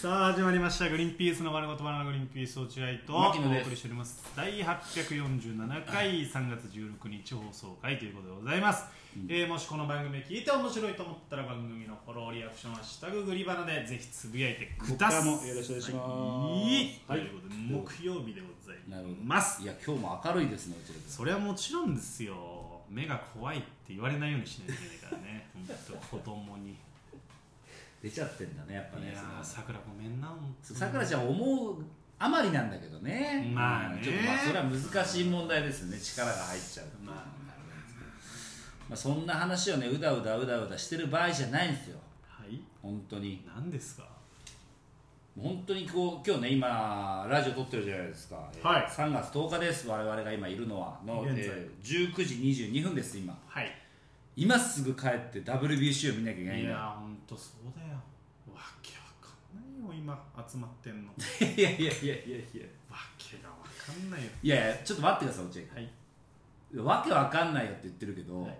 さあ始まりました「グリーンピースの丸ごとバナナグリーンピース落合」とお牧野です送りしております第847回3月16日放送回ということでございます、えーもしこの番組聞いて面白いと思ったら番組のフォローリアクション「ハッシュタググリバナ」でぜひつぶやいてください僕からもよろしくお願いしますは、はいいということで木曜日でございなるほどますいや今日も明るいですねうちらですそれはもちろんですよ目が怖いって言われないようにしないといけないからね本当子供にい出ちゃってんだねやっぱねやそーのさくらごめんな本当そうにさくらちゃん思うあまりなんだけどねまあねうんちょっとまあそれは難しい問題ですね力が入っちゃうっていうのがまあるんですけどまあそんな話をねうだうだうだうだしてる場合じゃないんですよはい本当に何ですか本当にこう今日ね今ラジオ撮ってるじゃないですか、えーはい3月10日です我々が今いるのはの、現在えー19時22分です今はい今すぐ帰って WBC を見なきゃいけないいんだよやほんとそうだよわけわかんないよ今集まってんのわいやいやいやいやいやけがわかんないよいやいやちょっと待ってください落合はい君わけわかんないよって言ってるけど、はい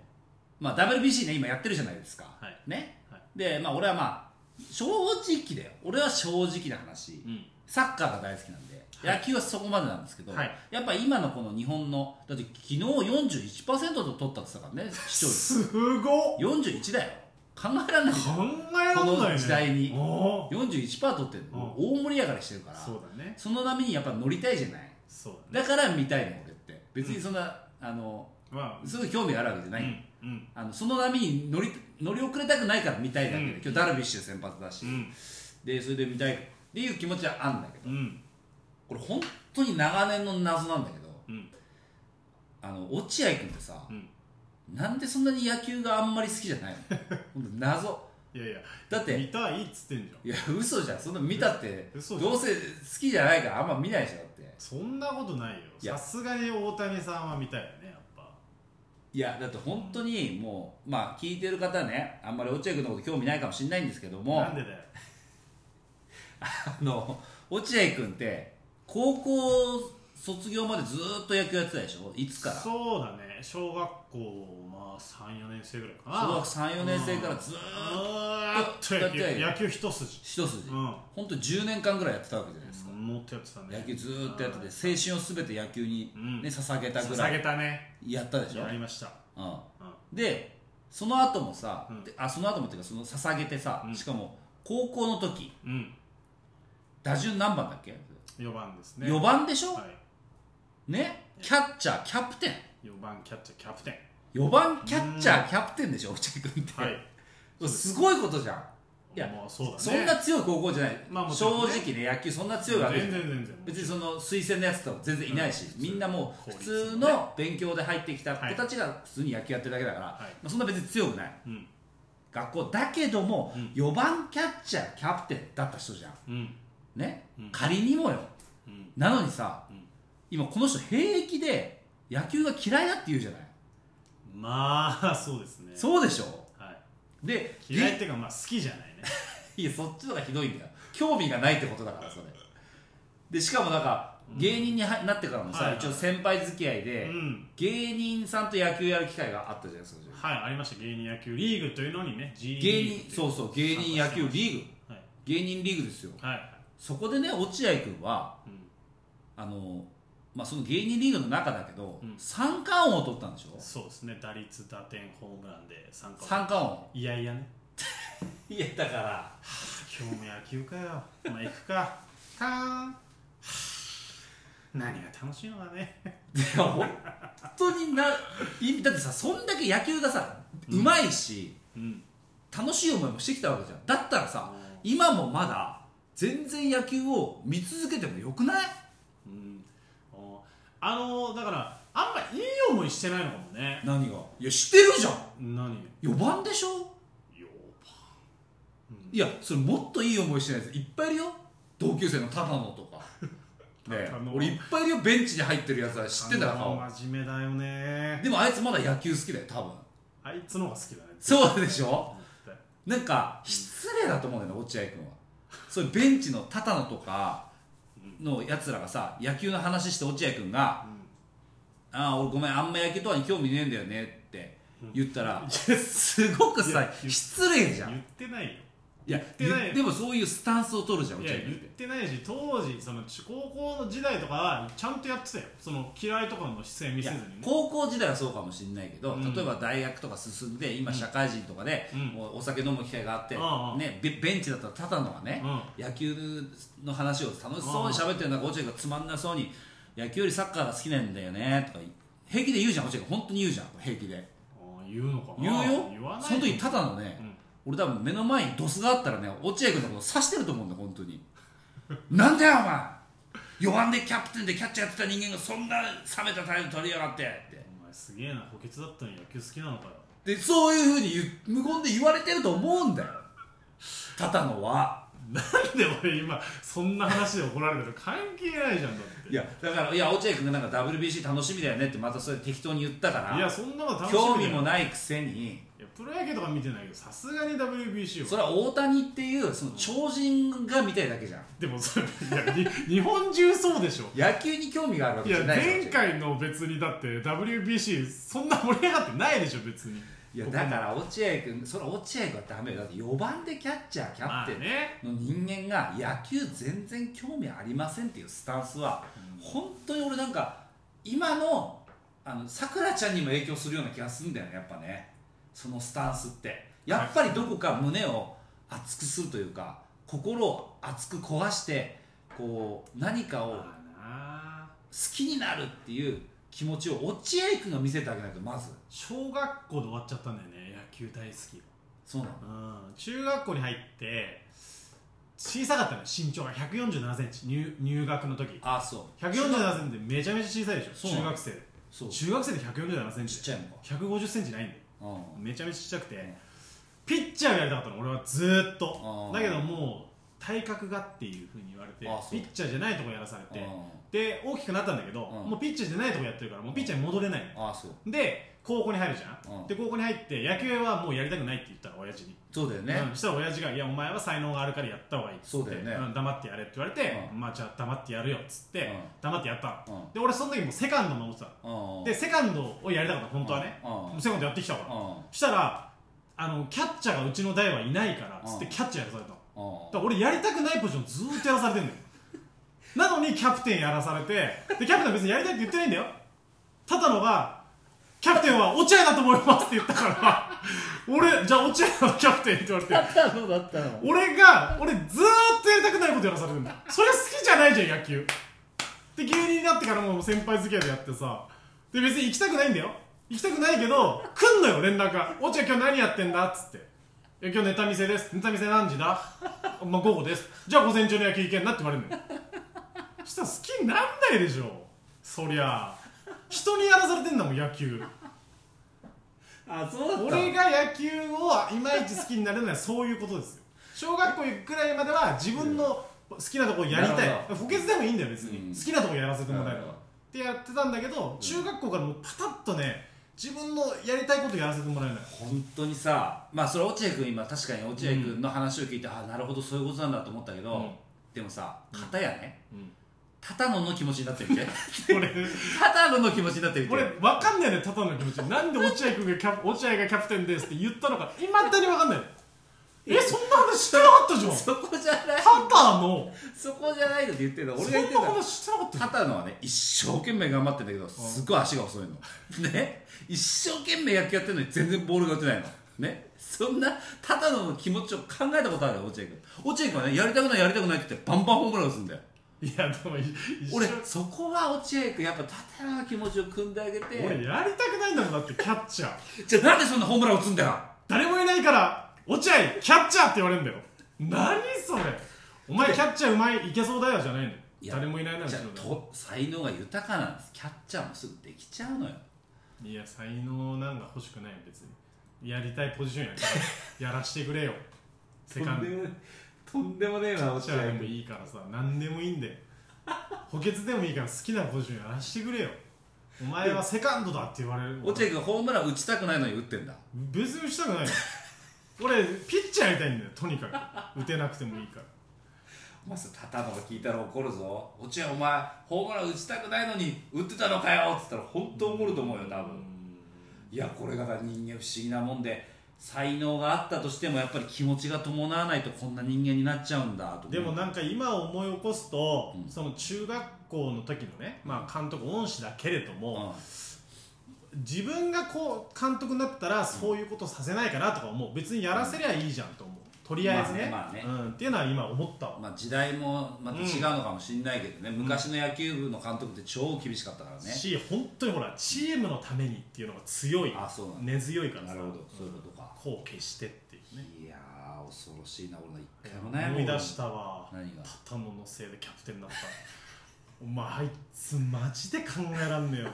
まあ WBC ね今やってるじゃないですか、はいねはいでまあ俺はまあ正直だよ俺は正直な話、うんサッカーが大好きなんで、はい野球はそこまでなんですけど、はいやっぱ今のこの日本のだって昨日41%と取ったって言ってたからね視聴率すごっ41だよ考えられないで し考ょえらんないねこの時代におー41%取ってるの大盛り上がりしてるからそうだねその波にやっぱ乗りたいじゃないそうだねだから見たいの俺って別にそんな、あのまあすごい興味があるわけじゃない、うんうんあのその波に乗り乗り遅れたくないから見たいだけで、うん今日ダルビッシュ先発だし、うんでそれで見たいっていう気持ちはあるんだけどうんこれ本当に長年の謎なんだけどうんあの落合君ってさう、んなんでそんなに野球があんまり好きじゃないの 本当謎いやいやだって見たいっつってんじゃんいや嘘じゃんそんな見たって嘘じゃんどうせ好きじゃないからあんま見ないでしょだってそんなことないよいやさすがに大谷さんは見たいよねやっぱいやだって本当にもうまあ聞いてる方はねあんまり落合君のこと興味ないかもしれないんですけどもなんでだよあの落合君って高校卒業までずーっと野球やってたでしょいつから小そうだね小学校まあ34年生ぐらいかな学34年生からずーっとあーっと野だって球野球一筋一筋うんほんと10年間ぐらいやってたわけじゃないですかもっとやってたね野球ずーっとやってて青春を全て野球に、うんね、捧げたぐら捧げいたねやったでしょやりましたうんうんでその後もさ、うんであその後もっていうかその捧げてさ、うんしかも高校の時うん打順何番だっけ、 4番ですね四4番でしょ、はねキャッチャーキャプテンい4番キャッチャーキャプテン4番キャッチャーキャプテンでしょ落合君って、はいこれすごいことじゃんいやもうそうだねそんな強い高校じゃない、まあもち正ろんね直ね野球そんな強いわけじ全ゃない然全然別にその推薦のやつとか全然いないし、うんみんなもう効率も普ね通の勉強で入ってきた子たちが普通に野球やってるだけだから、いまあ、そんな別に強くないうん学校だけども、うん4番キャッチャーキャプテンだった人じゃんうんね、うん仮にもようんなのにさ、うん今この人平気で野球が嫌いだって言うじゃない、まあそうですねそうでしょはでい嫌いっていうかまあ好きじゃないねいやそっちの方がひどいんだよ興味がないってことだからそれでしかもなんか芸人にはなってからもさ、はいはい一応先輩付き合いで、うん芸人さんと野球やる機会があったじゃないですかはいありました芸人野球リーグというのにね芸芸人そうそう芸人野球リーグはい芸人リーグですよはいそこでね落合君はうんあの、まあ、その芸人リーグの中だけど、うん三冠王を取ったんでしょそうですね打率打点ホームランで参加三冠王いやいやねいやだから今日も野球かよまあ行くかカーン 何が楽しいのかねいや本当にないだってさそんだけ野球がさうまいし、うん楽しい思いもしてきたわけじゃんだったらさ今もまだ全然野球を見続けてもよくないうんおあのだからあんまいい思いしてないのかもね何がいやしてるじゃ何ん4番でしょよいやそれもっといい思いしてないやついっぱいいるよ同級生の高野 とかねえ高野俺いっぱいいるよベンチに入ってるやつは知ってたらあの顔真面目だよねでもあいつまだ野球好きだよ多分あいつの方が好きだねそうでしょ絶対なんか失礼だと思うんだよね落合君はそういうベンチの高野とかのやつらがさ野球の話して落合君がああ俺ごめんあんま野球とかに興味ねえんだよねって言ったら、うんすごくいさや失礼じゃ言んってないよい言やってないよでもそういうスタンスを取るじゃんい落や合言君っっててないし当時その高校の時代とかはちゃんとやってたよその嫌いとかの姿勢見いせやずにね高校時代はそうかもしれないけど、うん例えば大学とか進んで今社会人とかで、うんもうお酒飲む機会があって、ああね、ベベンチだったらただのがね、野球の話を楽しそうに喋ってる中落合君がつまんなそうに「野球よりサッカーが好きなんだよね」とか平気で言うじゃん落合君本当に言うじゃん平気でああ言うのかな言うよ言わないその時ただ、だのね、うん俺多分目の前にドスがあったらね落合君のことを刺してると思うんだ本当に なんだよお前弱んでキャプテンでキャッチャーやってた人間がそんな冷めた態度取りやがってってお前すげえな補欠だったのに野球好きなのかよ でそういうふうに言う無言で言われてると思うんだよただのはなんで俺今そんな話で怒られてる関係ないじゃんだっていやだからいや落合君がなんか WBC 楽しみだよねってまたそれ適当に言ったからいやそんなの楽しみだよ興味もないくせにいやプロ野球とか見てないけどさすがに WBC そはれは大谷っていうその超人が見たいだけじゃんでもそれいやに日本中そうでしょ野球に興味があるわいけじやゃないじゃん前回の別にだって WBC そんな盛り上がってないでしょ別にいやだから落合君それは落合君はダメよだって4番でキャッチャーキまャあプテねンの人間が野球全然興味ありませんっていうスタンスは本当に俺なんか今のあのさくらちゃんにも影響するような気がするんだよねやっぱねそのスタンスってやっぱりどこか胸を熱くするというか心を熱く焦がしてこう何かを好まあなきになるっていう気持ちを落合君が見せてあげないとまず小学校で終わっちゃったんだよね野球大好きそうなのうん中学校に入って小さかったのよ身長が1 4 7センチ入入学の時ああそう1 4 7センチってめちゃめちゃ小さいでしそょうなの中学生でそう中学生で1 4 7センちっチちゃいのか1 5 0センチないんだようんめちゃめちゃちっちゃくてねピッチャーをやりたかったの俺はずーっとあーだけどもう体格がっていうふうに言われてあそピうッチャーじゃないとこやらされてうんで大きくなったんだけどうんもうピッチャーじゃないとこやってるからもうピッチャーに戻れないのああそうで高校に入るじゃん、うんで高校に入って野球はもうやりたくないって言ったら親父に、そうだよね、うん、したら親父が「いやお前は才能があるからやった方がいい」っつそっうてだよねん黙ってやれ」って言われて「うまあじゃあ黙ってやるよ」っつって、うん黙ってやったの、うんで俺その時もうセカンド守ってたのうんでセカンドをやりたかった本当はね、うんもうセカンドやってきたから、うんしたらあのキャッチャーがうちの代はいないからっつってうんキャッチャーやらされたの、だうんから俺やりたくないポジションずーっとやらされてんのよなのにキャプテンやらされてでキャプテンは別にやりたいって言ってないんだよただのがキャプテンは落合だと思いますって言ったから 俺じゃあ落合のキャプテンって言われてったのだったの俺が俺ずーっとやりたくないことやらされるんだよそれ好きじゃないじゃん野球で芸人になってからも先輩付き合いでやってさで別に行きたくないんだよ行きたくないけど来んのよ連絡が「落合今日何やってんだ?」っつって「いや今日ネタ見せですネタ見せ何時だ?」「まあ午後です」「じゃあ午前中の野球行けんな」って言われるのよそしたら好きになんないでしょそりゃ人にやらされてんだもん野球あそうだったの俺が野球をいまいち好きになれないのはそういうことですよ小学校行くくらいまでは自分の好きなところやりたいなるほ補欠でもいいんだよ別に、うん好きなとこやらせてもらえるなるっほてやってたんだけど中学校からもうパタッとね自分のやりたいことやらせてもらえない 本当にさまあそれ落合君今確かに落合君の話を聞いて、ああなるほどそういうことなんだと思ったけど、うんでもさ片やねうんタ野の気持ちになって みて俺タ野の気持ちになってみて俺分かんないねタタの気持ちなんで落合君がキャプ落合がキャプテンですって言ったのかいまだに分かんないえそんな話してなかったじゃん そこじゃないタタのそこじゃないのって言ってるの俺そがん言ってなるの話してなかったじゃん片野はね一生懸命頑張ってんだけどすごい足が遅いの、 ね一生懸命野球やってるのに全然ボールが打てないのねそんな片野の気持ちを考えたことあるよ落合君落合君はねやりたくないやりたくないって言ってバンバンホームラン打つんだよいやでも一緒俺そこは落合君やっぱ片野の気持ちを組んであげ俺てやりたくないんだもんだってキャッチャーじゃあなんでそんなホームラン打つんだよ誰もいないから落合キャッチャーって言われるんだよ何それお前キャッチャーうまいいけそうだよじゃないのいや誰もいないならじゃあ後ろと才能が豊かなんですキャッチャーもすぐできちゃうのよでいや才能なんか欲しくないよ別にやりたいポジションや からやらしてくれよセカンドキ とんでもねえなャッチャーでもいいからさ何でもいいんで補欠でもいいから好きなポジションやらしてくれよお前はセカンドだって言われる落合君ホームラン打ちたくないのに打ってんだ別にしたくないよ俺ピッチャーやりたいんだよとにかく打てなくてもいいからまずタタのが聞いたら怒るぞ落合お前ホームラン打ちたくないのに打ってたのかよっつったら本当怒ると思うよ多分いやこれが人間不思議なもんで才能があったとしてもやっぱり気持ちが伴わないとこんな人間になっちゃうんだと思うでもなんか今思い起こすと、うんその中学校の時のね、まあ、監督恩師だけれども、自分がこう監督になったらそういうことさせないかなとか思う別にやらせりゃいいじゃんと思うとりあえずね,、まあねまうん、っていうのは今思ったわうんまあ、時代もまた違うのかもしれないけどね、昔の野球部の監督って超厳しかったからねし本当にほらチームのためにっていうのが強いあそうなんだ根強いからさなるほどそういうことか、こう消してっていうねいやー恐ろしいな俺の一回もね思い出したわ何がタタノのせいでキャプテンになったお前あいつマジで考えらんねえわ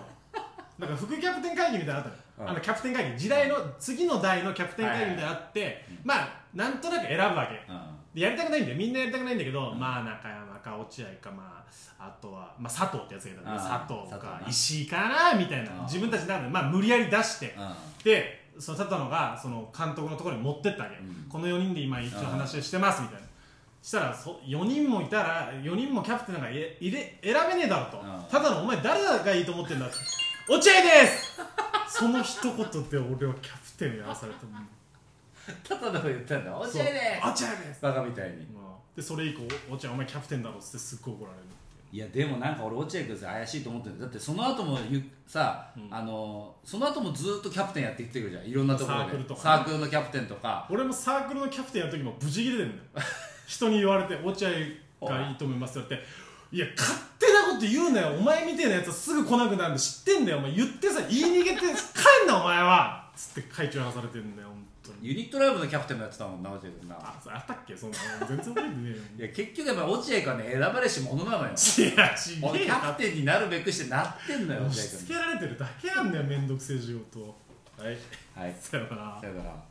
なんか副キャプテン会議みたいなのあったのよ、うんあのキャプテン会議時代の次の代のキャプテン会議みたいなのあって、まあなんとなく選ぶわけ、うんでやりたくないんだよみんなやりたくないんだけど、まあ中山か落合かまああとは、まあ、佐藤ってやつがいたんだよああ佐藤佐か藤な石井かなみたいああな自分たちなので、まあ、無理やり出して、うんでその佐藤のがその監督のところに持ってったわけよ、うんこの4人で今一応話をしてますみたいなしたらそ4人もいたら4人もキャプテンなんか入れ入れ選べねえだろと、うんただのお前誰がいいと思ってんだって落合ですその一言で俺はキャプテンをやらされたもんただでも言ったんだ落合です落合ですバカみたいにまあ、でそれ以降「おちゃんお前キャプテンだろ」っつってすっごい怒られるいやでもなんか俺落合君さ怪しいと思ってるだってその後もゆさ、うんあのその後もずっとキャプテンやってきてくるじゃんいろんなところでサークルとかねサークルのキャプテンとか俺もサークルのキャプテンやる時もブチ切れてんのよ人に言われて「落合がいいと思います」って言われて「いや勝手なこと言うなよお前みてえなやつはすぐ来なくなるんで知ってんだよお前言ってさ言い逃げて帰んなお前は」つって会長やらされてんだよ本当にユニットライブのキャプテンもやってたもんな落合君なああったっけそんなの全然覚えてねえよ いや結局やっぱ落合君はね選ばれし者なのよ違う俺違えキよャプテンになるべくしてなってんのよ落合押し付君けられてるだけなんだよめんどくせえ仕事をはいはいさよならさよなら